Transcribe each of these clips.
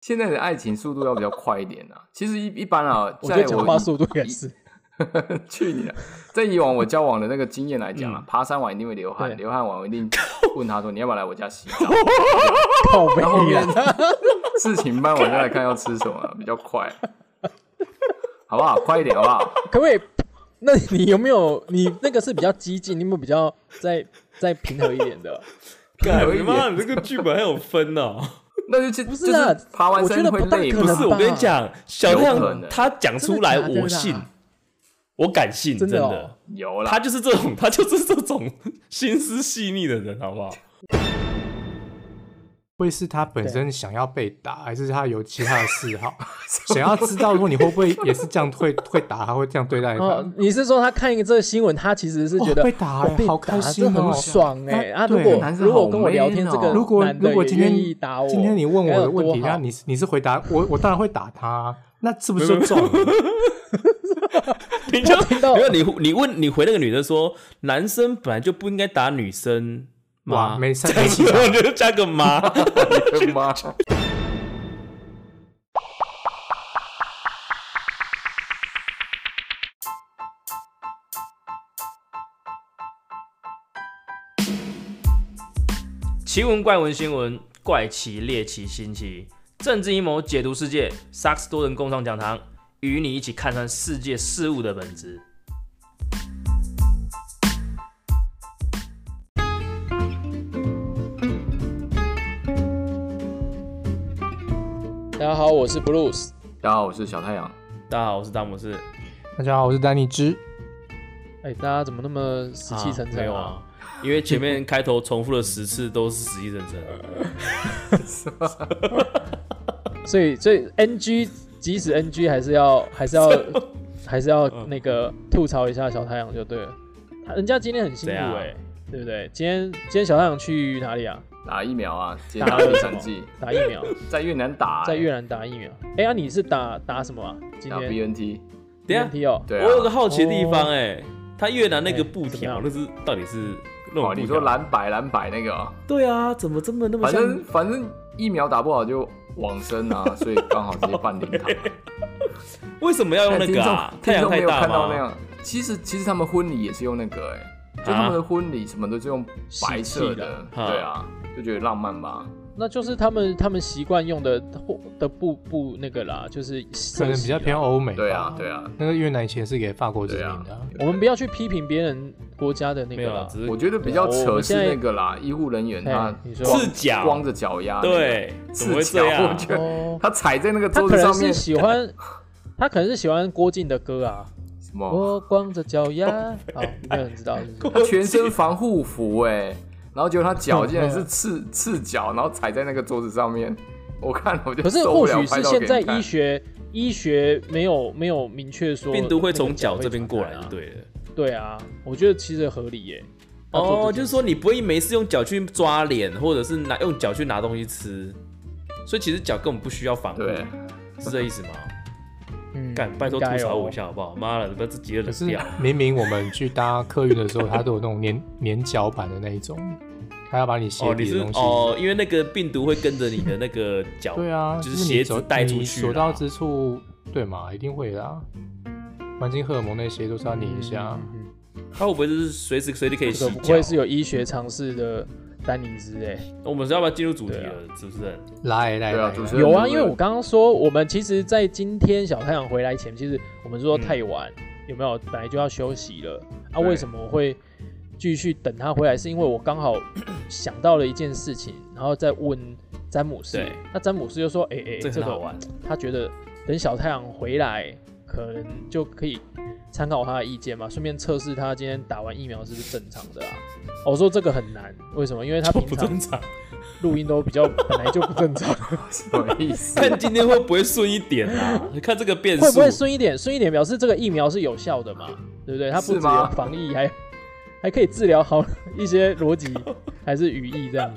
现在的爱情速度要比较快一点啊。其实一一般啊，我觉在得讲话速度也 是， 去你的！在以往我交往的那个经验来讲啊，嗯爬山完一定会流汗，对流汗完我一 定问他说你要不要来我家洗澡，靠背然后后面啊，事情办完再来看要吃什么，比较快，好不好？快一点好不好？可不可以？那你有没有你那个是比较激进，你有没有比较再再平和一点 的？有一点干妈，你这个剧本还有分 哦。那就去不就是啦爬完我觉山得会不大累可嘛，能不是，我跟你讲，小有亮可能他讲出来，啊真的假的我啦信，我敢信，真真的哦的。有啦他。就是这种， 他就是这种心思细腻的人，好 不好？会是他本身想要被打，还是他有其他的 嗜好？想要知道，如果你会不会也是这样会会打他，会这样对待他？哦，你是说他看一个这个新闻，他其实是觉得哦被打我哎被好打开心这很哦爽哎那啊！如对果男生如好果跟我聊 man 天，这哦个如果男的如果也今天愿意打我，今天你问该我的有问多题，那好你是你是回答我，我当然会打他啊，那是不是就中了？ 你就听到没有你，你问你回那个女的说，男生本来就不应该打女生哇，吗？没三这没样七子打，我就加个妈。我的妈！ 奇闻怪闻新闻，怪奇猎奇新奇，政治阴谋解读世界，萨克斯多人共创讲堂，与你一起看穿世界事物的本质。大家好，我是 Bruce。大家好，我是小太阳。大家好，我是大姆士，大家好，我是丹尼之。哎，大家怎么那么死气沉没沉有？啊？因为前面开头重复了十次都是死气沉沉。所以所以 NG，即使 NG 还是要还是要呃还是要那个吐槽一下小太阳就对了。他人家今天很辛苦 怎样哎、对不对？今天今天小太阳去哪里啊？打疫苗啊，接打打了第什三么剂，？打疫 苗，在越南打、欸在越南打疫苗。哎、呀、啊，你是打打什么啊？今打天 BNT，等一下， T 哦，对我有个啊。好奇的地方、哎、他越南那个哎布怎么条样，那是到底是那哦，种你布说条？蓝白蓝白那个、哦，对啊，怎么这么那么反像？正反正疫苗打不好就往生啊，所以刚好直接办灵 堂。啊为什么要用那个啊？太听众阳没太有大看到那吗？样。其实其实他们婚礼也是用那个哎、欸，就啊他们的婚礼什么都是用白色喜气的的，啊对啊，就觉得浪漫吧。那就是他们他们习惯用的或的布布那个啦，就是啊可能比较偏欧美吧。对哦啊，对啊，那个越南以前是给法国殖对民啊的啊，我们不要去批评别人国家的那没个有啦啦，。只是我觉得比较对啊我扯们是现在那个啦，医护人员他嘿你说光赤脚光着脚丫，对，怎么赤脚会这，我样？觉得哦，他踩在那个他桌可子能上面是，喜欢，他可能是喜欢郭靖的歌啊。什么我光着脚哦丫，好，没有人知道是不是？他全身防护服哎、然后结果他脚竟然是赤赤脚，然后踩在那个桌子上面，我看了我就可是受不或了许拍是照现给在你看医学医学没有没有明确说病毒会那个从脚会这边过来传就染啊。对了。对啊，我觉得其实合理耶。他做哦，这件就是说你不会没事用脚去抓脸，或者是拿用脚去拿东西吃，所以其实脚根本不需要防护，对。是这意思吗？嗯干，拜托应吐该槽哦我一下好不好？妈了，不要自己可冷是掉。明明我们去搭客运的时候，它都有那种粘粘脚板的那一种，它要把你鞋哦，你底是的东西。哦，因为那个病毒会跟着你的那个脚，对啊，就是是你鞋走子带出你去所啦到之处，对嘛，一定会的啊。环境荷尔蒙那些都是要拧一下。嗯嗯嗯它会不会就是随时随地可以这洗个不脚愧？是有医学常识的丹尼兹哎。我们是要不要进入主题对啊了？是不是？来来对啊来，主持来人有啊，对不对因为我刚刚说，我们其实，在今天小太阳回来前，其实我们说嗯太晚，有没有？本来就要休息了啊。对为什么我会继续等他回来？是因为我刚好想到了一件事情，然后再问詹姆斯对。那詹姆斯就说：“哎、哎、这这很好个玩。他觉得等小太阳回来，可能就可以参考他的意见嘛，顺便测试他今天打完疫苗是不是正常的啊。”我说这个很难，为什么？因为他都 平不常正常，录音都比较本来就不正常。什么意思？看今天会不会顺一点啊？你看这个变会不数会，顺一点？顺一点表示这个疫苗是有效的嘛？对不对？它不是只吗有防疫，还还可以治疗好一些 逻辑还是语义这样。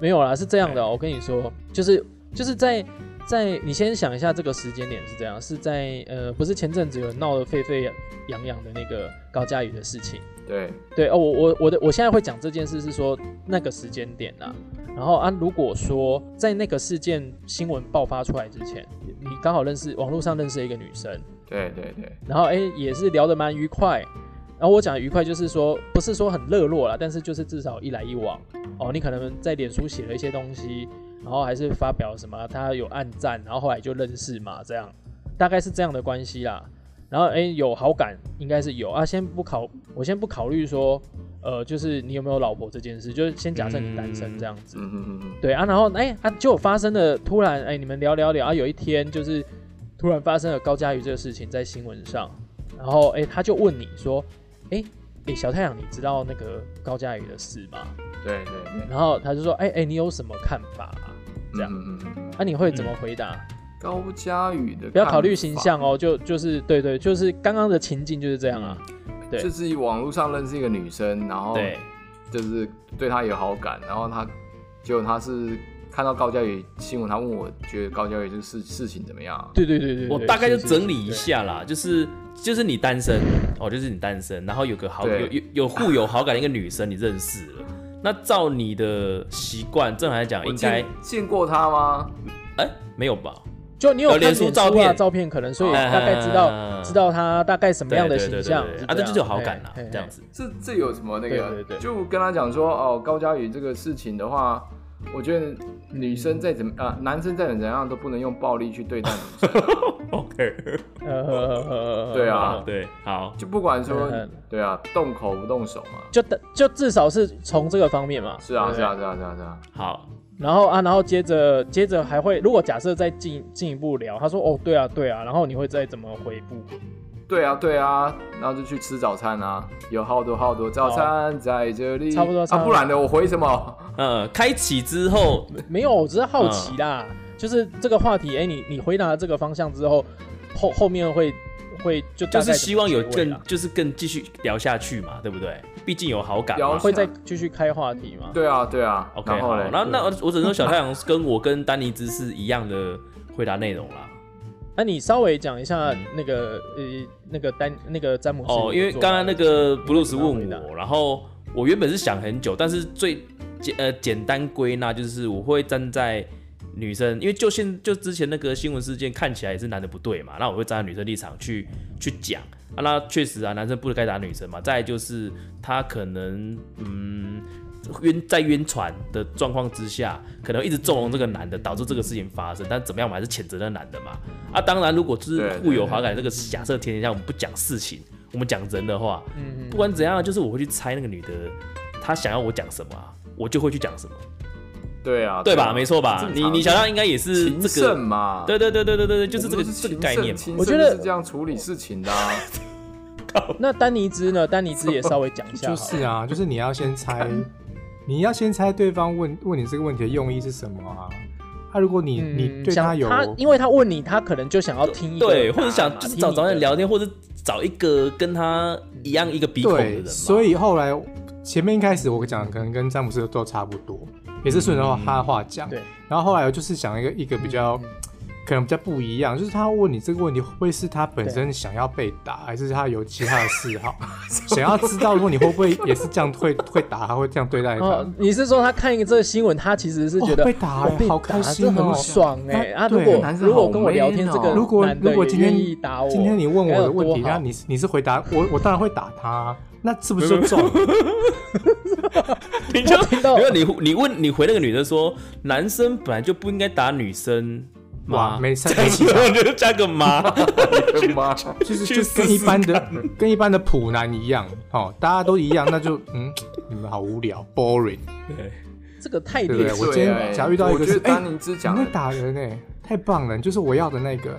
没有啦，是这样的哦、我跟你说，就是就是在在你先想一下这个时间点是这样，是在呃不是前阵子有闹得沸沸扬扬的那个高嘉瑜的事情，对，对哦，我我我的我现在会讲这件事是说那个时间点啊，然后啊，如果说在那个事件新闻爆发出来之前，你刚好认识网络上认识一个女生，对对对，然后哎也是聊得蛮愉快，然后我讲的愉快就是说不是说很热络啦，但是就是至少一来一往哦，你可能在脸书写了一些东西，然后还是发表什么，他有暗赞，然后后来就认识嘛，这样大概是这样的关系啦。然后哎、诶有好感应该是有啊，先不考，我先不考虑说，呃，就是你有没有老婆这件事，就是先假设你单身这样子。嗯嗯嗯对啊，然后哎、啊，就有发生了，突然哎、你们聊聊聊啊，有一天就是突然发生了高佳瑜这个事情在新闻上，然后哎、他就问你说，哎、哎、小太阳，你知道那个高佳瑜的事吗？嗯，对对对，然后他就说，哎、哎、你有什么看法啊？这样嗯嗯嗯嗯啊，你会怎么回答？嗯高佳宇的，不要考虑形象，哦，就就是对对，就是刚刚的情境就是这样嗯啊。对就是网络上认识一个女生，然后对，就是对她有好感，然后她结果她是看到高佳宇新闻，她问我觉得高佳宇这个事事情怎么样啊？对对对对，我对大概就是是整理一下啦，就是就是你单身哦，就是你单身，然后有个好对有有有互有好感的一个女生，你认识了。那照你的习惯，正常来讲我应该见见过她吗？哎没有吧？就你有有看脸书书照照片照片可能，所以哎大概知哎道知道他大概什么样的对形对对象对对是对啊，这这样哎就是有好感啦嘿嘿，这样子。这这有什么那个？对对对就跟他讲说哦，高佳宇这个事情的话，我觉得女生再怎么啊、男生再怎么样都不能用暴力去 对待女生， OK，呃，对啊好对，好，就不管说嗯对啊，动口不动手嘛。就等就至少是从这个方面嘛。是啊，对不对是啊，。是啊，是啊，是啊。好，然后啊，然后接着接着还会，如果假设再进进一步聊，他说哦，对啊，对啊，然后你会再怎么回 复？对啊，对啊，然后就去吃早餐啊，有好多好多早哦餐在这里，差不多差啊，不多不然呢，我回什么？呃，开启之后，没有，我只是好奇啦，嗯就是这个话题，哎，你你回答这个方向之后，后后面会会就大就概是希望有怎么结尾啊啦更，就是更继续聊下去嘛，对不对？毕竟有好感嘛聊。会再继续开话题吗？对啊，对啊。 OK，然后好，嘞，那那我我只能说小太阳跟我跟丹尼兹是一样的回答内容啦。那你稍微讲一下那个、呃那个丹那个詹姆斯哦，因为怎么做刚刚那个布鲁斯你问怎么回我，然后我原本是想很久，但是最简呃简单归纳就是我会站在女生，因为就现就之前那个新闻事件看起来也是男的不对嘛，那我会站在女生立场去去讲啊，那确实啊，男生不该打女生嘛，再来就是他可能嗯。冤在冤传的状况之下，可能一直纵容这个男的，导致这个事情发生。但怎么样，我们还是谴责那男的嘛。啊，当然，如果就是对互有好感，这个假设前提下，我们不讲事情，我们讲人的话，嗯不管怎样，啊就是我会去猜那个女的她想要我讲什么啊、我就会去讲什么，对啊，对啊吧？没错吧？正常你你想想，应该也是情这个圣，嘛，对对对对对对我对，就是们都这个是这个情概圣念嘛。情我觉圣得是这样处理事情的啊。 那丹尼兹呢？丹尼兹也稍微讲一下好 就了，是啊，就是你要先 猜，你要先猜对方问问你这个问题的用意是什么啊？他、如果你、嗯你对想他有他，因为他问你，他可能就想要听一个对，或者答想嘛就是听找你找的人聊天，或者找一个跟他一样一个鼻孔的人对，嘛。所以后来前面一开始我讲可能跟詹姆斯都差不多，也是顺着他的话讲。嗯对，嗯然后后来我就是想一个一个比较、可能比较不一样，就是他问你这个问题，会不会是他本身想要被打，还是他有其他的嗜 好，想要知道说你会不会也是这样会会打他，会这样对待他？哦，你是说他看一个这个新闻，他其实是觉得哦被打我哎被好打开心这哦很爽哎、那啊，如对果男生如好果跟我 man 聊天，哦这个如果男的如果也今天愿意打我，今天你问我该有的问多题，那好你是你是回答我，我当然会打他啊，那是不是就中了？你就我听到没有你你问你回那个女的说，男生本来就不应该打女生哇，嘛，没事，这样子我就加个妈。我的妈！就是去就试跟试一般的跟一般的普男一样，哦，大家都一样，那就嗯，你们好无聊，boring，这个太对不劣对？质我今哎天假如遇到一我个觉是得哎，丹尼兹你讲会的打人哎，太棒了，你就是我要的那个，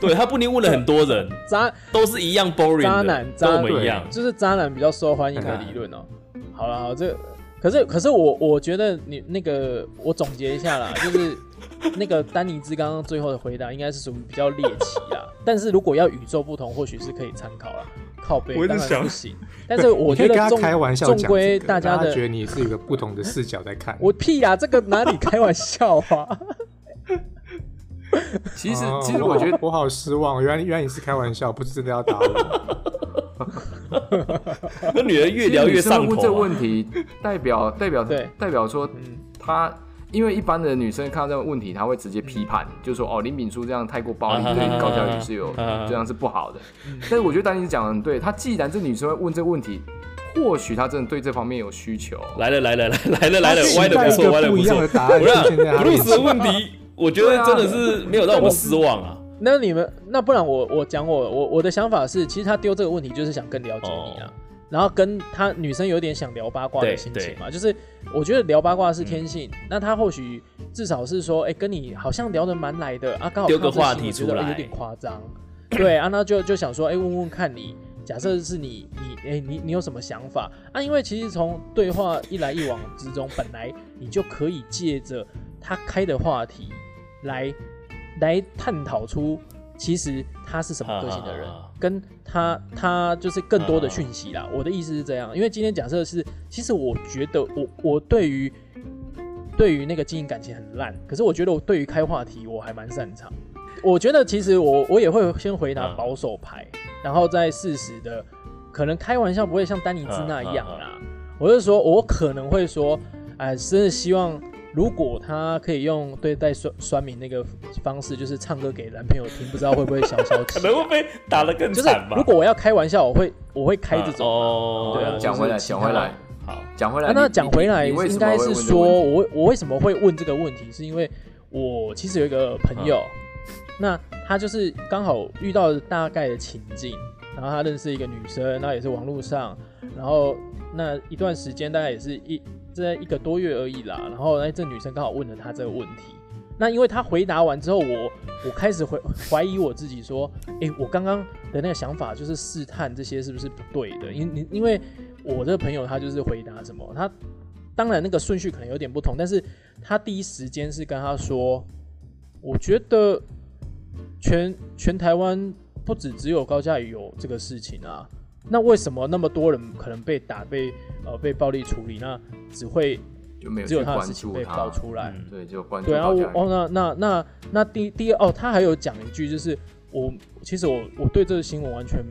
对他不仅问了很多人，渣，都是一样 boring 的渣男跟我渣们一样。就是渣男比较受欢迎嗯的理论哦、好了，好这个可是可是我我觉得你那个我总结一下啦，就是那个丹尼兹刚刚最后的回答应该是属于比较猎奇啦，但是如果要与众不同，或许是可以参考啦。靠背我一直当然想不行，但是我你可觉以得跟他重开玩笑重讲归这个，大家让他的觉得你是一个不同的视角在看。我屁呀、这个哪里开玩笑啊？其实哦其实我觉得好我好失望，原来原来你是开玩笑，不是真的要打我。那女人越聊越上其实女生问头、这啊。问题，代表代表对代表说嗯她，因为一般的女生看到这个问题，她会直接批判，就说哦，林炳书这样太过暴力，啊哈对哈高哈教哈育是有啊哈哈这样是不好的。但是我觉得丹尼讲的很对，她既然这女生会问这个问题，或许她真的对这方面有需求。来了来了来 来了来了他，期歪的不待一错，歪个的不一错样的。答案我出现在让他布面鲁前斯的问题，我觉得真的是没有让我们失望啊。那你们那不然我我讲我我我的想法是，其实他丢这个问题就是想更了解你哦啊，然后跟他女生有点想聊八卦的对心情嘛，就是我觉得聊八卦是天性，那他或许至少是说，哎、跟你好像聊得蛮来的啊，刚好丢个看到这话题新闻觉得出来哎有点夸张，对啊，那就就想说，哎、问问看你。假设是你，你哎、你你有什么想法啊？因为其实从对话一来一往之中，本来你就可以借着他开的话题来来探讨出，其实他是什么个性的人啊啊啊啊，跟他他就是更多的讯息啦。我的意思是这样，因为今天假设是，其实我觉得我我对于对于那个经营感情很烂，可是我觉得我对于开话题我还蛮擅长。我觉得其实我我也会先回答啊保守牌，然后再适时的可能开玩笑不会像丹尼兹那样啊啊啦。我是说，我可能会说，哎、真的希望如果他可以用对待酸酸民那个方式，就是唱歌给男朋友听，不知道会不会消消气可。能哎会被打得更就是惨吧。如果我要开玩笑，我会我会开这啊种。哦，对啊就是讲回来，其他讲回来，好，讲回来啊、你。那讲回来，你你为什应么该会是问这个说问题我我为什么会问这个问题，是因为我其实有一个朋嗯友，那他就是刚好遇到大概的情境，然后他认识一个女生，那也是网络上，然后那一段时间大概也是一这一个多月而已啦，然后那这女生刚好问了他这个问题。那因为他回答完之后，我我开始怀怀疑我自己，说，诶，我刚刚的那个想法就是试探这些是不是不对的？因因因为我这个朋友他就是回答什么，他当然那个顺序可能有点不同，但是他第一时间是跟他说，我觉得全全台湾不止只有高嘉瑜有这个事情啊，那为什么那么多人可能被打被呃被暴力处理，那只会就没有只去有他的关事情注被他爆，出来？嗯对，就关注对啊，到我家里哦，那那那那第第二哦，他还有讲一句，就是我其实我我对这个新闻完全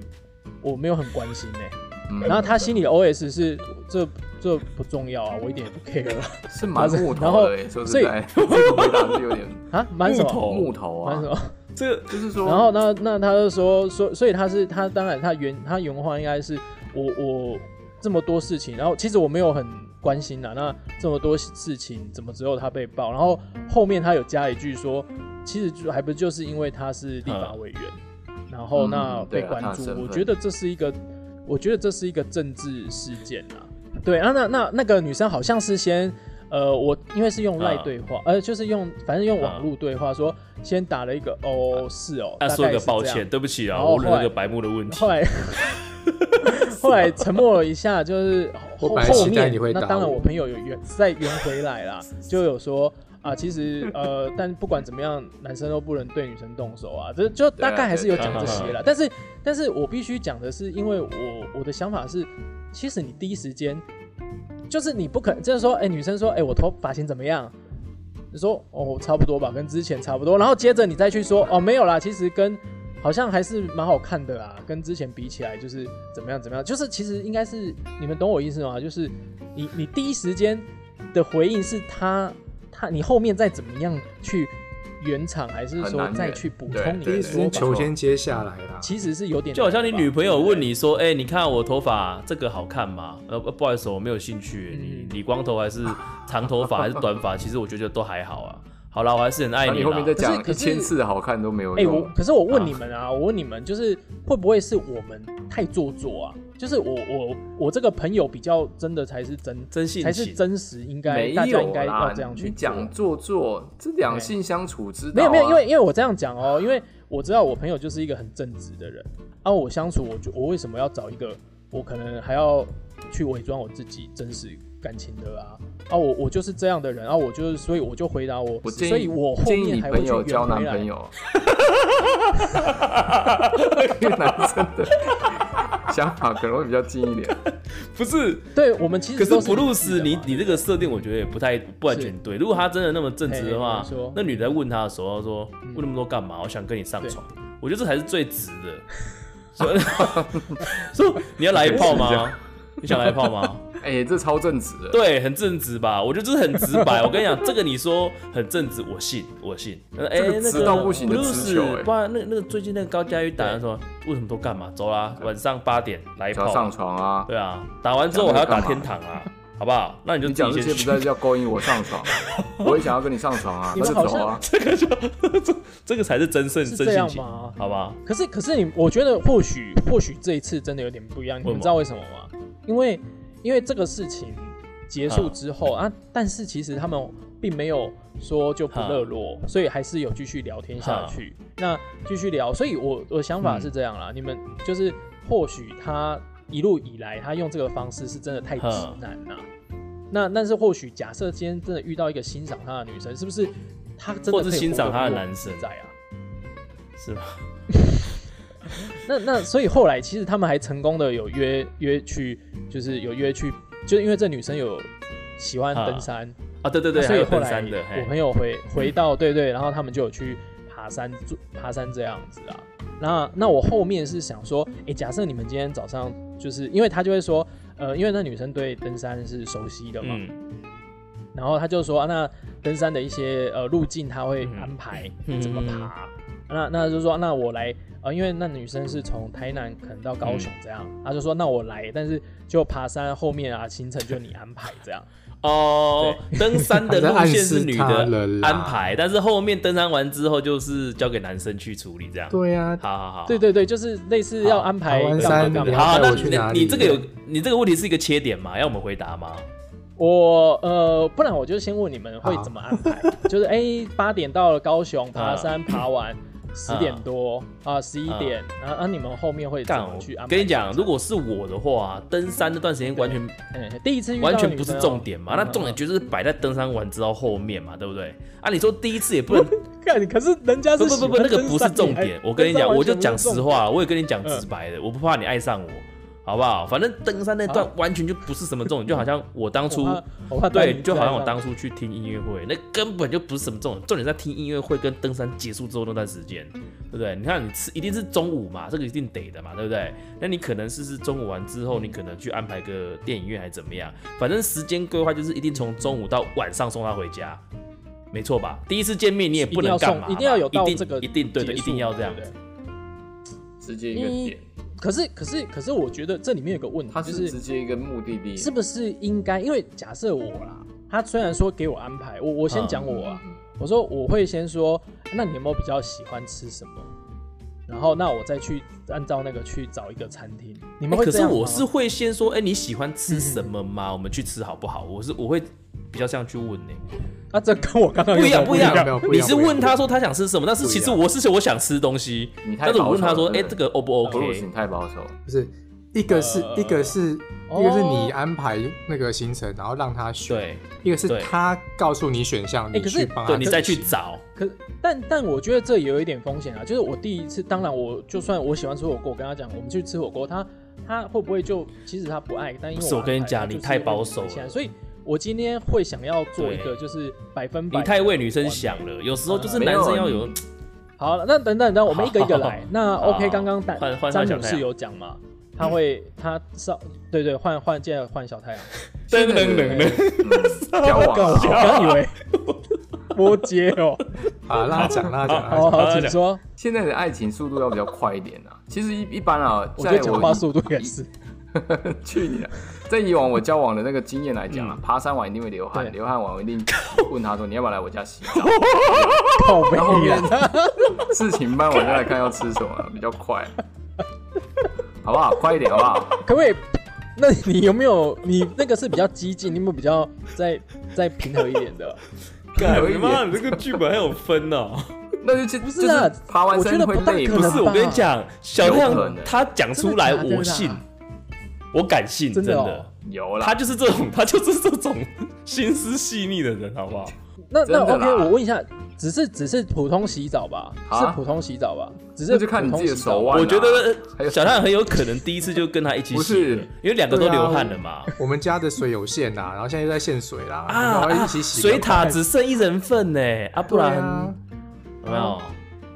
我没有很关心呢、欸嗯然后他心里的 OS 是这这不重要啊，我一点也不 care 了是 蛮木然头后的欸，说实所以 在，这个回答是有点啊，蛮什木么头木头蛮啊什，么。这就是说，然后那那他就说说，所以他是他当然他原他原话应该是我我这么多事情，然后其实我没有很关心啦，那这么多事情怎么只有他被爆？然后后面他有加一句说，其实就还不就是因为他是立法委员，然后嗯那对被啊关他的注，身我份觉得这是一个，我觉得这是一个政治事件啦。对啊，那那那个女生好像是先，呃，我因为是用赖嗯啊对话，呃，就是用反正用网啊络对话说，先打了一个哦是哦，他大啊说概个是抱这样歉，对不起啊，然后我问了后来个白目的问题。后来 后来沉默了一下，就是后我本来后期待面你会那打当然，我我朋友有圆再圆回来啦，就有说啊，其实呃，但不管怎么样，男生都不能对女生动手啊，这就大概还是有啊讲这些啦。但是，但是我必须讲的是，因为我我的想法是，其实你第一时间就是你不可能，就是说，哎、女生说，哎、我头发型怎么样？你说哦，差不多吧，跟之前差不多。然后接着你再去说哦，没有啦，其实跟好像还是蛮好看的啦，跟之前比起来就是怎么样怎么样，就是其实应该是你们懂我意思吗？就是你你第一时间的回应是他他你后面再怎么样去圆场，还是很说难再圆去补对充你对第的对一时说间法？球先接下来啦。其实是有点就好像难你吧女朋友问你说：“哎、你看我头发这个好看吗？”呃，不好意思，我没有兴趣。嗯你你光头还是长头发还是短发？其实我觉得都还好啊。好啦，我还是很爱那你你啦。后面再讲一可是可是千次好看都没有哎、我用。可是我问你们啊，我问你们，就是会不会是我们太做作啊？就是我我我这个朋友比较真的才是真真性情才是真实，应该没大家有应该要啦这样，去你做讲做作，这两性相处之道啊。没有没有，因为因为我这样讲哦、因为我知道我朋友就是一个很正直的人，啊，我相处我就我为什么要找一个我可能还要去伪装我自己真实感情的啊？啊，我我就是这样的人啊，我就是所以我就回答我，我建议所以我后建议面你还会朋去友圆交回男来朋友，因为男生的想法可能会比较近一点。不是，对我们其 可实是都是布理鲁智斯，的你嘛你这个设定我觉得也不太不完全对。如果他真的那么正直的话嘿你说，嗯那 女的在问他的时候，他说：“问那么多干嘛？我想跟你上床。”我觉得这才是最直的。说说你要来一 炮吗？你想来一炮 吗？哎、这超正直的。对，很正直吧？我觉得这是很直白。我跟你讲，这个你说很正直，我信，我信。呃哎、这个那直到不行的直球哎 Bruce，不然那那个最近那个高佳宇打的什么？为什么都干嘛？走啦，晚上八点来一只要炮。上床啊！对啊，打完之后我还要打天堂啊，好不好？那你就你自讲己这些先不去是。在勾引我上床，啊 我也想要跟你上床啊，你那们就好走啊。这个就这 这个才是真正是真这性样情，吗？好吧？可是可是你，我觉得或许或许这一次真的有点不一样，你为什们么知道为什么吗？因为因为这个事情结束之后啊，但是其实他们并没有说就啊不热络，所以还是有继续聊天下去。那继续聊，所以我我想法嗯是这样啦，你们就是或许他一路以来他用这个方式是真的太直啊男啦、那但是或许假设今天真的遇到一个欣赏他的女生，是不是他真的或是可以欣赏活得他的比我男生自在啊？是吧？那那所以后来其实他们还成功的有约约去，就是有约去，就是因为这女生有喜欢登山，啊，对对对，所还以有后登来山的，我朋嘿，友回回到对对，然后他们就有去爬山住爬山这样子啊。那那我后面是想说，诶，假设你们今天早上就是因为他就会说，呃，因为那女生对登山是熟悉的嘛，嗯然后他就说、啊那登山的一些呃路径他会嗯安排嗯怎么爬，那那就说那我来呃，因为那女生是从台南可能到高雄这样，嗯他就说那我来，但是就爬山后面啊行程就你安排这样，哦，登山的路线是女他在暗示他的了啦安排，但是后面登山完之后就是交给男生去处理，这样。对啊呀、好好好，对对对，就是类似要好安排爬完干山嘛干你嘛。要好，带那我去哪你里你这个有你这个问题是一个切点嘛？要我们回答吗？我呃，不然我就先问你们会怎么安排，就是哎八点到了高雄爬山嗯爬完。十点多啊，十一点，然后啊，你们后面会怎嗯干，么我去安排？啊跟你讲，如果是我的话，登山那段时间完全哎第一次遇到完全女不是生哦重点嘛，那重点就是摆在登山完之后后面嘛，对不对？啊，你说第一次也 不能看，可是人家是不不不不，那个不是重哎 点。我跟你讲，我就讲实，话，我也跟你讲嗯直白的，我不怕你爱上我，好不好？反正登山那段完全就不是什么重点，就好像我当初我怕对，就好像我当初去听音乐会，那根本就不是什么重点，重点在听音乐会跟登山结束之后那段时间，对不对？你看你吃一定是中午嘛，这个一定得的嘛，对不对？那你可能是是中午完之后，你可能去安排个电影院还是怎么样，反正时间规划就是一定从中午到晚上送他回家。没错吧？第一次见面你也不能干嘛嘛，一定要有一到定这个一定对的，一定要这样。哎的。直接一个点，可是可是可是，我觉得这里面有个问题，它就是是直接一个目的地。是不是应该？因为假设我啦，他虽然说给我安排，我嗯我先讲我啊，我说我会先说，那你有没有比较喜欢吃什么？然后那我再去按照那个去找一个餐厅。你们欸会可这是样我吗嗯是会先说，哎、你喜欢吃什么吗？我们去吃好不好？我是我会比较这样去问呢、啊，这跟我刚刚有不一样，点不一样不一样不一样不一你样是问他说他想吃什么，但是不一其样实我是我想吃东西你，太但是我问他说，保守了哎，这个 O 不布鲁斯 OK？你太保守 了，不是一个是、呃一个是、哦一个是你安排那个行程，然后让他选；对一个是对他告诉你选项，欸你可是去帮他对，选。你再去找，可但但我觉得这也有一点风险啊，就是我第一次，当然我就算我喜欢吃火锅，我跟他讲我们去吃火锅，他他会不会就其实他不爱，但因为不是我跟你安排讲他就你是太会保守留下来了所以我今天会想要做一个对就是百分百的你太为女完生美想了，有时候就是没男有生要有好了，那等等等，我们一个一个好好来。那好 OK，刚刚丹换换詹小姆太士阳嗯有讲嘛，他会他上对对换换接着换小太阳，噔噔噔噔，嗯啊交往我刚 以为摩羯哦，啊，让他讲，让他讲，让他好讲。好请说，现在的爱情速度要比较快一点啊。其实一一般啊，我在觉得讲话速度也以是， 去你的！在以往我交往的那个经验来讲啊，爬山完一定会流汗，嗯对流汗完我一定问他说你要不要来我家洗澡。靠背然后后面啊。事情办完再来看要吃什么，比较快，好不好？快一点，好不好？可不可以？那你有没有你那个是比较激进，你有没有比较再再平和一点的？干有一你妈，点你这个剧本很有分哦。那就去不就是啊是爬完山会我觉得不大累可 不嘛能，是，我跟你讲，小有可亮能他讲出来，真的假的我信啦，我敢信，真真的哦的，有他啦，就是这种，他 就是这种心思细腻的人，好不好？那那真的 OK，啦我问一下，只是只是普通洗澡吧？啊是普通洗澡吧？只是那就看你自己的普通洗澡手吧。腕啊。我觉还有得小亮很有可能第一次就跟他一起不洗是了，因为两个都对啊流汗了嘛。我们家的水有限呐、然后现在又在限水啦，啊，然后啊一起洗。水塔只剩一人份呢，啊，不对然啊，有没有？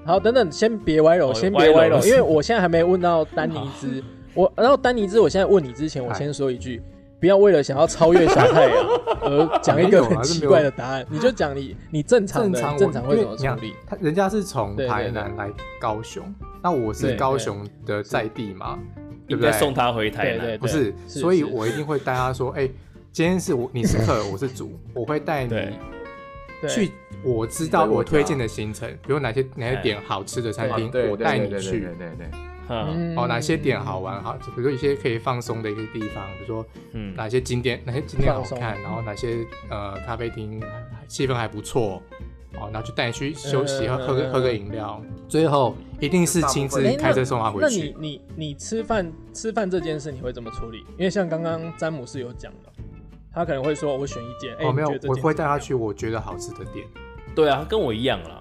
好，等等，先别歪楼，哦先歪别楼歪楼了，因为我现在还没问到丹尼兹。我然后丹尼兹，我现在问你之前，我嗨先说一句，不要为了想要超越小太阳而讲一个没有啊很是奇没有怪的答案，你就讲你你正常正的常正常会怎我么因为处你理看？他人家是从对对台对南来高雄，那对我是对高雄的在地嘛，对应不该对？送他回台对对南。不是，是所以是我一定会带他说，哎、今天是我你是客，我是主，我会带对对你哎去我知道对我我推荐的行程，比如哪些哪些点好吃的餐哦厅，对我对带对你对对去对。对对，嗯嗯哦，哪些点好玩好，比如说一些可以放松的一个地方，比如说嗯，哪些景点，哪些景点好放松看，然后哪些呃咖啡厅气氛还不错，哦，然后就带你去休息，嗯喝喝嗯个喝个饮料，最后一定是亲自哎开车送他那回你去。你你吃饭吃饭这件事你会怎么处理？因为像刚刚詹姆斯有讲的，他可能会说我选一间，哎、哦，没有你觉得，这我间会带他去我觉得好吃的店，对啊，跟我一样啦。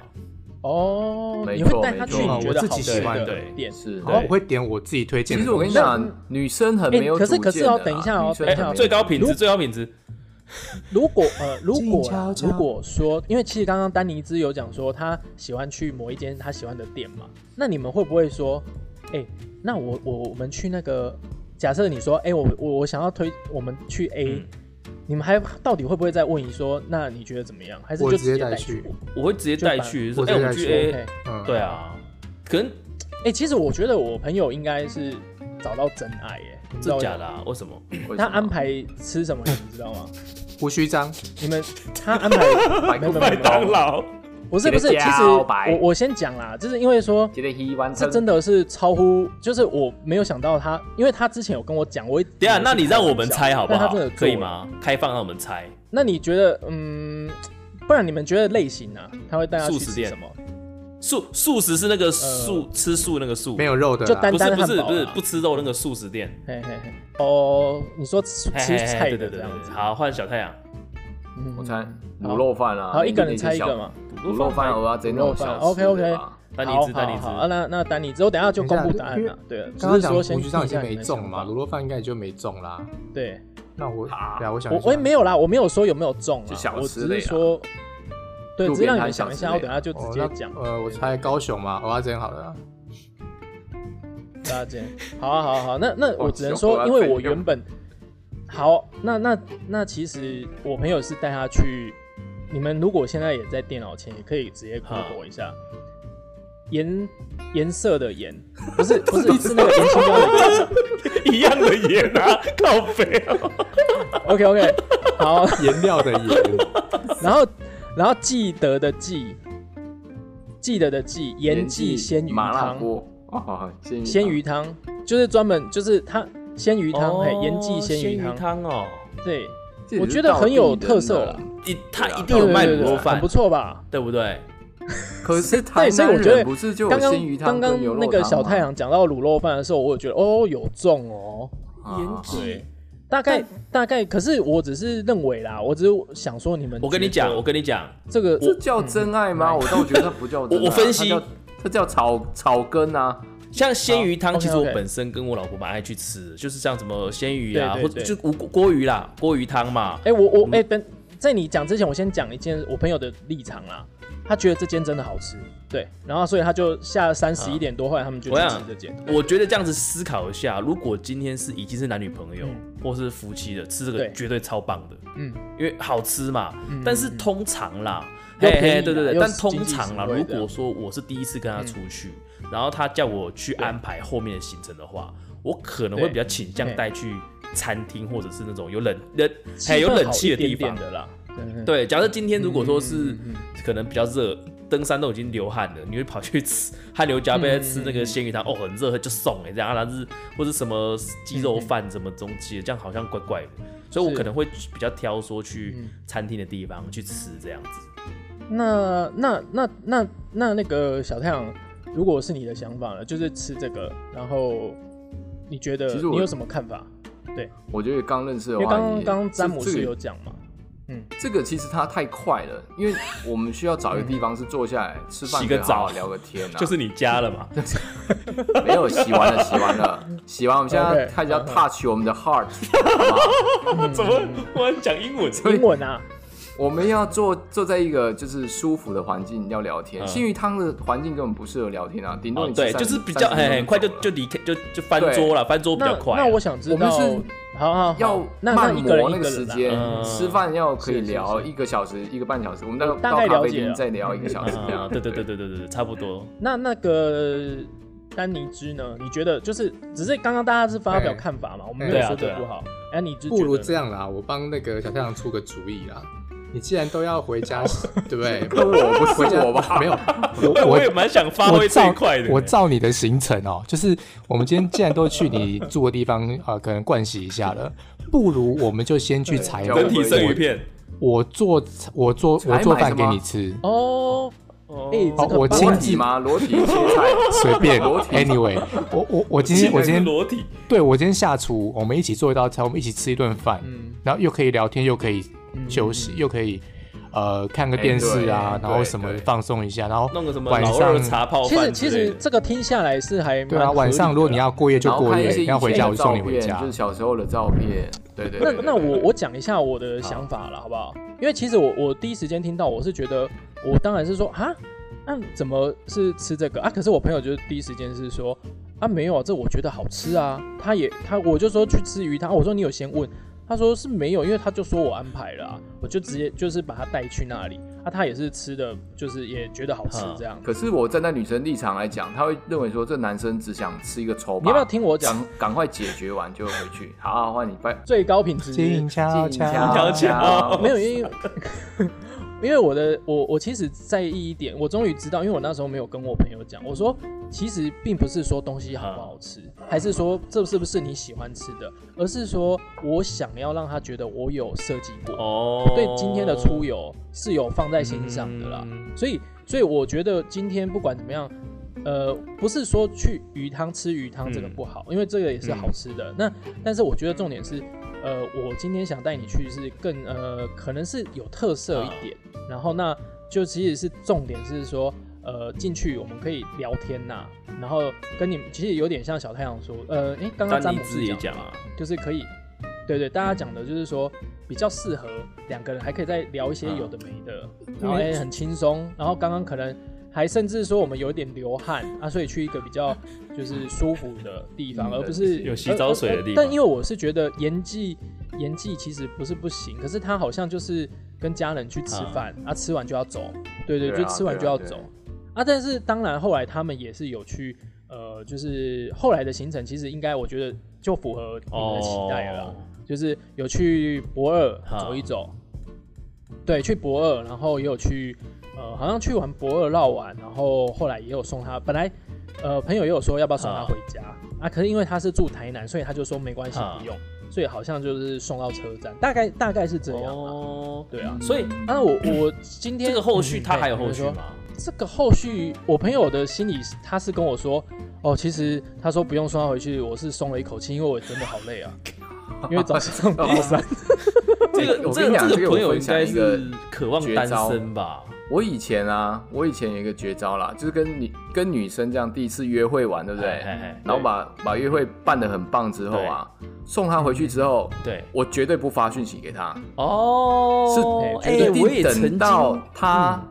哦，没你错会带他去没错你觉得我自好己吃喜欢的对店。是。然后的。对哦我会点我自己推荐其的实我东跟你西。讲，女生很没有哎可主是见的啦。可是哦等一下哦女生哎很没有，最高品如质，最高品质。如果呃，如果静啦悄悄如果说，因为其实刚刚丹尼兹有讲说他喜欢去某一间他喜欢的店嘛，那你们会不会说，哎、那我我我们去那个，假设你说，哎、我我我想要推我们去 A，、嗯你们还到底会不会再问你说，那你觉得怎么样？还是就我直直接带带去去？我会直接带去，说就哎、我把们我直去接带 A，去 OK 嗯，对，啊，可能哎、其实我觉得我朋友应该是找到真爱耶、你知道真为假什的、么啊？为什么？为他什么安排吃什么，你知道 吗？胡须章，你们他安排没有没有没有麦当劳不是不是，直接其实交白我我先讲啦，就是因为嗯说今天一万这真的的是超乎，就是我没有想到他，因为他之前有跟我讲，我等一下，那你让我们猜好不但好他真的？啊可以做了？吗？开放让我们猜，那你觉得，嗯，不然你们觉得类型啊，他会带他去素食吃店什么？素素食是那个素、吃素那个素，没有肉的就啦，单不是不汉是堡啊不是不吃肉那个素食店，嘿嘿嘿，哦，你说吃嘿吃嘿嘿菜对的对这对样对子，对，好换小太阳，嗯午餐卤肉饭啊，好，一个人那些猜一小个嘛。卤肉饭、蚵仔煎那种小卤肉饭，OK，OK 吃的吧丹尼好兹丹尼好好啊兹，那那丹尼兹，我等一下就公布答案等一了下。对啊，刚只刚是讲说胡先须章已听经一下没你的中想法嘛，卤。肉饭应该也就没中啦。对，那我，对啊，我想一我下我也没有啦，我没有说有没有中就啦，小我吃只类是啊说，对，路只是让边你摊小们想一吃下，我类等啊下就直哦，接那讲。呃，我猜高雄嘛，蚵仔煎好了啊啦。大家，好啊，好啊，好啊，那那我哇只能哦小伙说，伴因为费我用原本好，那那那其实我朋友是带他去，你们如果现在也在电脑前，也可以直接 Google 一下，颜颜色的颜，不 是不是是那个颜色的颜一样的盐啊，靠北啊， ，OK OK，好，颜料的颜，然后然后记得的记，记得的记，盐记鲜鱼麻辣汤，锅哦，鲜鱼鲜汤鱼汤就是专门就是它鲜鱼汤，嘿，盐记哦鲜鱼汤，汤哦，对。这也我是觉得很有道地人特色啊啦一他一定对有对卖对卤对肉很饭不，错吧？对不对？可是台对，所以南我觉得人不是就刚有刚鲜鱼汤刚跟刚牛肉那汤个小吗太阳讲到卤肉饭的时候，我有觉得哦有中哦，啊盐记，大概大概，可是我只是认为啦，我只是想说你们，我跟你讲，我跟你讲，这个这叫真爱吗？嗯我倒觉得它不叫真爱啊，我我分析它叫，它叫草草根啊，像鲜鱼汤，好其实我 OK，OK 本身跟我老婆蛮爱去吃的，就是像什么鲜鱼啊，对对或者对就锅锅鱼啦，锅鱼汤嘛。哎我嗯我哎等在你讲之前，我先讲一件我朋友的立场啦。他觉得这间真的好吃，对，然后所以他就下三十一啊点多，后来他们就去我吃想这间。我觉得这样子思考一下，如果今天是已经是男女朋友或是夫妻的，吃这个嗯对绝对超棒的，嗯，因为好吃嘛。但是通常啦，又嘿嗯嘿便宜啦对对对，又但通常啦，经济如实惠果说我是第一次跟他出去，然后他叫我去安排后面的行程的话，我可能会嗯对比较倾向嘿带去餐厅或者是那种有冷冷气还有氛冷好气一的点地点方的啦，对对，假设今天如果说是可能比较热，登山都已经流汗了，你会跑去吃汗流浃背吃那个鲜鱼汤，哦，很热就送哎、这样，但是或者什么鸡肉饭什么东西的，这样好像怪怪的，所以我是可能会比较挑说去餐厅的地方去吃这样子。那那那那那那个小太阳，如果是你的想法呢，就是吃这个，然后你觉得其实我你有什么看法？我觉得刚认识因的为话刚也，刚刚刚詹姆这斯这有个讲嘛，这个其实它太快了，因为我们需要找一个地方是坐下来吃饭， 洗个可以好好澡聊个天啊，就是你家了嘛？没有洗完了，洗完了， 洗完，我们现在 OK，开始要嗯 touch 我们的 heart，好不好怎么忽然讲英文？英文啊， 我们要坐坐在一个就是舒服的环境要聊天。嗯幸运汤的环境根本不适合聊天啊，顶多哦你、吃对， 30就是比较30分很钟很快就了就离开就就翻桌了，翻桌比那较快啊。那我想知我们道，是好好好要哦那那慢一个人磨一那个个时人啦间嗯，吃饭要可以是是聊是一个小时、一个半小时，我们我到大到概咖啡了解厅了再聊一个小时这样嗯。对对对对对对，对差不多。那那个丹尼之呢？你觉得就是只是刚刚大家是发哎表看法嘛？我们没有说对啊对这啊不好。哎，你就不如这样啦，我帮那个小太阳出个主意啦。你既然都要回家，对不对？可我不是回家我吧没有，对，我我也蛮想发挥这一块的。欸我照你的行程哦，就是我们今天既然都去你住的地方啊、呃可能盥洗一下了，不如我们就先去采买。整体生鱼片，我做我做采买我做饭什给么你吃，哦，哎，这好个我棒裸亲体吗？裸体切菜，随便裸体 anyway 我。我我 今天我今天裸体，对我今天下厨，我们一起做一道菜，我们一起吃一顿饭，嗯然后又可以聊天，又可以休息，又可以呃看个哎电视啊，对然后对什么对放松一下，然后弄个什么晚老二上茶泡其实饭其之类实的。这个听下来是还蛮对啊，晚上如果你要过夜就然后过拍一夜，些你要以回前家的我送你照回片家就。是小时候的照片。对对那对对那对我我讲一下我的想法了，好不好？因为其实我我第一时间听到，我是觉得我当然是说啊，那、怎么是吃这个啊？可是我朋友就是第一时间是说啊，没有啊，这我觉得好吃啊。他也他我就说去吃鱼汤，我说你有先问，他说是没有，因为他就说我安排了、啊，我就直接就是把他带去那里。啊，他也是吃的，就是也觉得好吃嗯这样。可是我站在女生立场来讲，她会认为说这男生只想吃一个丑八，你要不要听我讲？赶赶快解决完就回去。好好，换你 拜。最高品质静悄静悄，悄没有，因为因为我的我我其实在意一点，我终于知道，因为我那时候没有跟我朋友讲，我说其实并不是说东西好不好吃，啊还是说这是不是你喜欢吃的，而是说我想要让他觉得我有设计过，哦，对今天的出游是有放在心上的啦。嗯所以，所以我觉得今天不管怎么样，呃，不是说去鱼汤吃鱼汤这个不好，因为这个也是好吃的。那但是我觉得重点是，呃，我今天想带你去是更呃，可能是有特色一点。然后那就其实是重点是说，呃，进去我们可以聊天呐、然后跟你其实有点像小太阳说，呃，诶，刚刚丹詹尼姆自斯己讲讲的嘛啊，就是可以，对对，大家讲的就是说比较适合两个人，还可以再聊一些有的没的，然后哎、很轻松，然后刚刚可能还甚至说我们有点流汗啊，所以去一个比较就是舒服的地方，嗯而不是有洗澡水的地方呃呃但因为我是觉得演技演技其实不是不行，可是他好像就是跟家人去吃饭啊吃完就要走，对对，对啊就吃完就要对啊走对啊啊。但是当然后来他们也是有去。呃，就是后来的行程，其实应该我觉得就符合你们的期待了啦。哦就是有去博尔哈走一走，对，去博尔，然后也有去，呃，好像去完博尔绕完，然后后来也有送他，本来呃朋友也有说要不要送他哈回家啊，可是因为他是住台南，所以他就说没关系哈不用，所以好像就是送到车站，大概大概是这样啊，哦，对啊。所以那我我今天这个后续嗯它嘿还有后你续说吗？这个后续，我朋友的心里他是跟我说，哦，其实他说不用送他回去，我是松了一口气，因为我真的好 累啊，因为早上爬山，这个嗯我这跟你个讲这这个我个朋友分应享该一个是渴望绝单招身吧？我以前啊，我以前有一个绝招啦，就是跟你跟女生这样第一次约会完，对不对？哎哎哎然后把把约会办得很棒之后啊，送她回去之后，对，我绝对不发讯息给她，哦，是哎、一我也定曾等经嗯到她。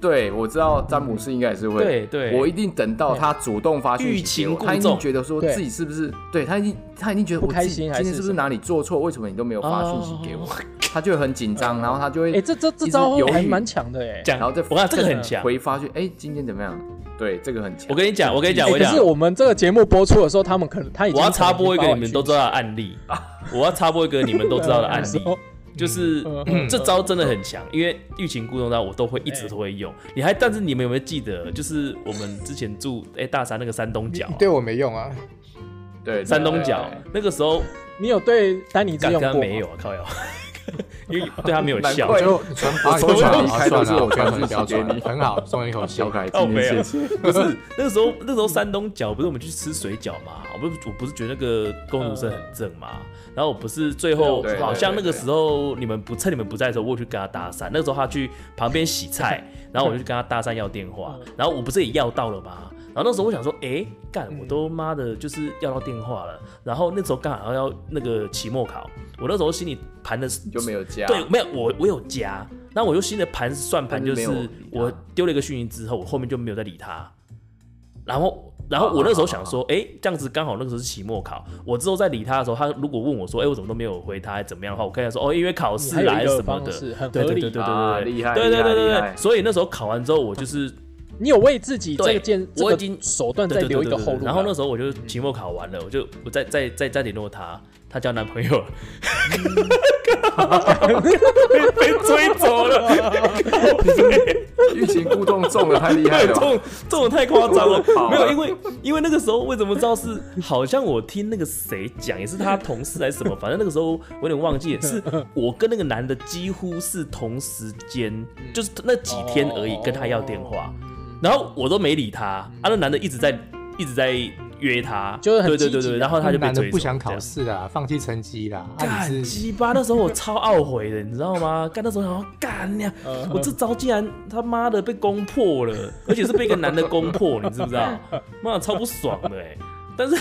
对，我知道詹姆斯应该也是会，对对我一定等到她主动发讯欲息擒给我，故她一定纵觉得说对自己是不是，对她已经她已经觉得不我开自己心还今是天是不什是么哪里做错，为什么你都没有发讯息给我 哦，她就会很紧张，然后她就会哎、这这这一直招犹还豫蛮强的哎、欸。讲，然后再我看这个再很强。回发去，哎，今天怎么样？对，这个很强。我跟你讲，我跟你哎讲，我欸跟你可是讲，我们这个节目播出的时候，他们可能他已经我要插播一个你们都知道道的案例，啊我要插播一个你们都知道的案 例，就是嗯哎这招真的很强，因为欲擒故纵招我都会一直都会用。你还但是你们有没有记得，就是我们之前住哎、大山那个山东角啊、对我没用啊，对，山东角角那个时候你有对丹尼之刚用过刚吗没有？啊，靠腰， 因为对他没有难笑怪。就传我把从传小离开都是我传传讯息不要给传，你很好，松一 口气小。凯，哦，今没天有谢谢。， 不是那个时候，那时候山东角不是我们去吃水饺嘛？我不是我不是觉得那个公主生很正嘛？然后我不是最后对对对好像那个时候你们不趁你们不在的时候，我有去跟他搭讪。那时候他去旁边 洗菜，然后我就跟他搭讪要电话，然后我不是也要到了吗？然后那时候我想说，哎、干，我都妈的就是要到电话了。然后那时候刚好要那个期末考，我那时候心里盘的就没有加。对，没有我我有加，那我用新的盘算盘，就但是没有理是他我丢了一个讯息之后，我后面就没有再理他。然后，然后我那时候想说，哎、这样子刚好那个时候是期末考，我之后再理他的时候，他如果问我说，哎、我怎么都没有回他，怎么样的话，我跟他说，哦，因为考你试还来有一个什么方的，式很对合对理对对对啊对，厉害对对对厉害对厉对害，所以那时候考完之后，我就是你有为自己这个对件这我已个经手段嗯再对对留对一对个对后路吧。啊然后那时候我就嗯期末考完了，我就我再再再再联络他，他交男朋 友了，被被追走了，欲擒故纵中了，太厉害 对，了吧。这种这种太夸 张了期末考，啊没有，因为因为那个时候为什么知道是好像我听那个谁讲，也是他同事还是什么，反正那个时候我有点忘记， 是我跟那个男的几乎是同时间，嗯就是那几天而已哦跟他要电话，然后我都没理他，啊，那男的一直在一直在约他，就是很对对积对极对，啊然后他就被嗯男的追走不想这考样试啦，放弃成绩啦，啊干你是鸡巴！那时候我超懊悔的，你知道吗？干那时候想要干呀嗯，我这招竟然他妈的被攻破了，而且是被一个男的攻破，你知不知道？妈的超不爽的哎！但是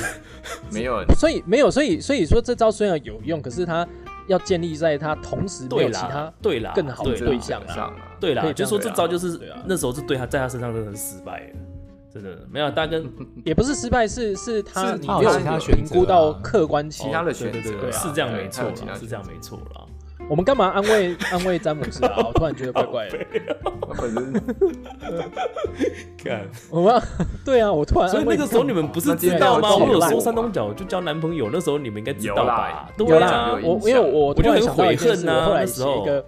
没有所以没有，所以所以说这招虽然有用，可是它要建立在它同时没有对其他啦，对啦，更好的对对啦，象上啊。啊，对可以啦，这就样是说这对啊招就是对啊那时候是对他在他身上真的很失败了，真的没有。大跟也不是失败，是是他是你他他没有有其他有选择啊，评估到客观期其。他的哦对选对择对啊对，是这样没对错他有其他啦，是这样选没错啦。我们干嘛安慰安慰詹姆斯啊？我突然觉得怪怪的。择本身干，我们对啊，我突然所以安慰那个时候你们不是知道吗？那今我天有要说山东角就交男朋友，那时候你们应该知道吧？有啦对有啊啦，有我影响因为我突然想到一件事，我就很悔我恨啊后来那时写候一个，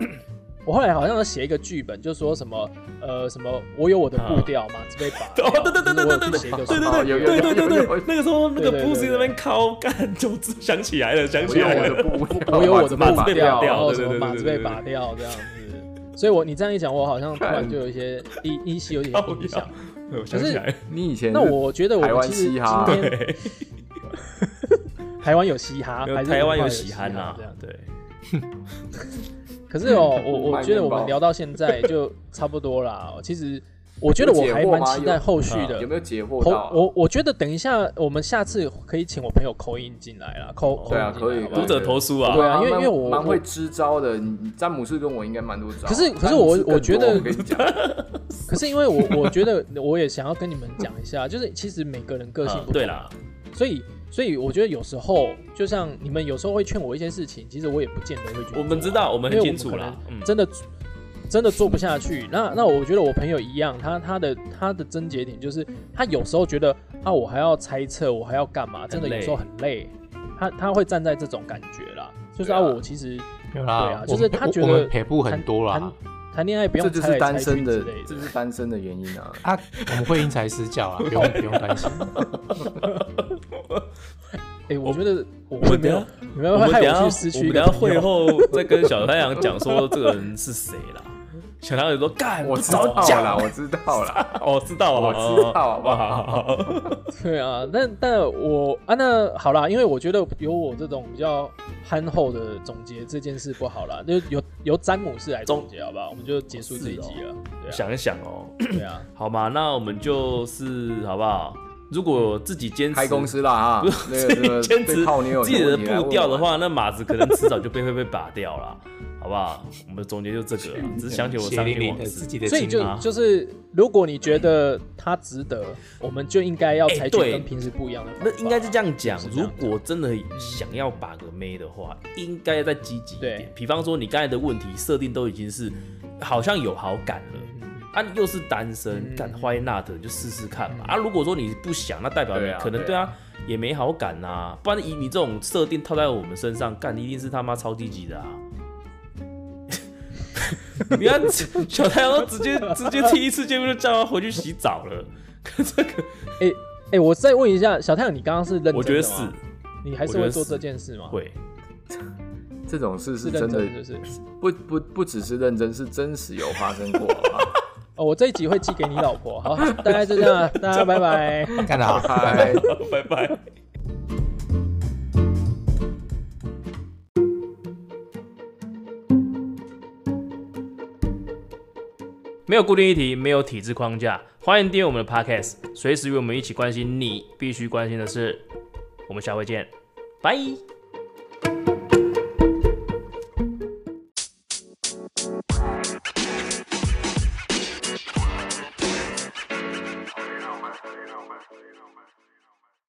我后来好像要写一个剧本，就说什么呃什么我有我的步调嘛，这被拔掉。哦，对对对对对对对就是我有对去写一个什对么哦有有有对对对对有有对，那个时候那个对对 b 对 o o 在那边靠干，就想起来了，想我起有来我的了。步，啊我有我的把步被调，拔然掉后对什么对对马子被对对拔掉 这样子。所以我你这样一讲，我好像突然就有一些依依稀有点靠印象。我想起来了，你以前那我觉得我台们湾其实今嘻哈天对，台湾有嘻哈，没有还是台文湾化有有喜啊憨呐呐。，对。可是哦，我我嗯卖觉得我面包们聊到现在就差不多啦。哦其实我觉得我还蛮期待后续的有。没有解惑我到啊？我我觉得等一下，我们下次可以请我朋友口音进来啦，口口对啊，音可以进来好不好读者投诉啊对啊因为蛮因为我蛮会支招的，你你詹姆斯跟我应该蛮多招啊。可是可是詹姆我斯更多我觉得我跟你讲，可是因为我我觉得我也想要跟你们讲一下，就是其实每个人个性啊不同，对啦，所以所以我觉得有时候就像你们有时候会劝我一些事情，其实我也不见得会去做啊。我们知道，我们因很为我清们楚可啦能。嗯，真的真的做不下去。那那我觉得我朋友一样，他他的他的症结点就是他有时候觉得啊，我还要猜测，我还要干嘛？真的很累有时候很累，他他会站在这种感觉啦，就是对啊，啊我其实没对有啦啊，我就是们他我觉得我们赔不很多啦谈，谈恋爱不这用就猜是来单猜去身之的类，这的就。是单身的原因 啊。啊，我们会因材施教啦，啊不用不用担心。哎，我觉得我我们没等有下，你们我会们害等我去下失我去一们个等下朋会友。后再跟小太阳讲说这个人是谁啦。小太阳说干，我知早道讲啦，我知道啦。 哦，知道了，我知道好不好好不好？对啊，但但我啊，那好啦，因为我觉得有我这种比较憨厚的总结这件事不好啦，就由由詹姆斯来总结好不好？我们就结束这一集了。对啊，想一想哦，对 啊，好嘛，那我们就是好不好？如果自己坚持开公司啦啊，那个那个坚持被泡妞有自己的问题来问步调的我，话，那马子可能迟早就被会被拔掉了，好不好？我们总结就这个啦，只是想起我血上淋天淋往的自事。己的所经以历，就就是，如果你觉得他值得，我们就应该要采取哎对跟平时不一样的方法那应该是这样讲就是，这如样果真的想要把个妹的话，应该再积极一对点。比方说，你刚才的问题设定都已经是好像有好感了，嗯啊，你又是单身，干 why not？你就试试看嘛。啊，如果说你不想，那代表对你啊可能对对啊也没好感呐、不然以你这种设定套在我们身上，干一定是他妈超积极的啊！ 你看小太阳都直接直接第一次见面就叫他回去洗澡了， 可这个哎哎、我再问一下，小太阳，你刚刚是认真的吗我觉得是你还是我觉会得做是这件事吗？，会。这种事是是真认的真，的，就是。不不不只是认真，是真实有发生过 啊。哦，我这一集会寄给你老婆。 好，大概就这样，啊大家拜拜。干得好，拜拜嗨。 拜拜。没有固定议题，没有体制框架，欢迎订阅我们的 Podcast，随时与我们一起关心你必须关心的事。我们下回见，拜。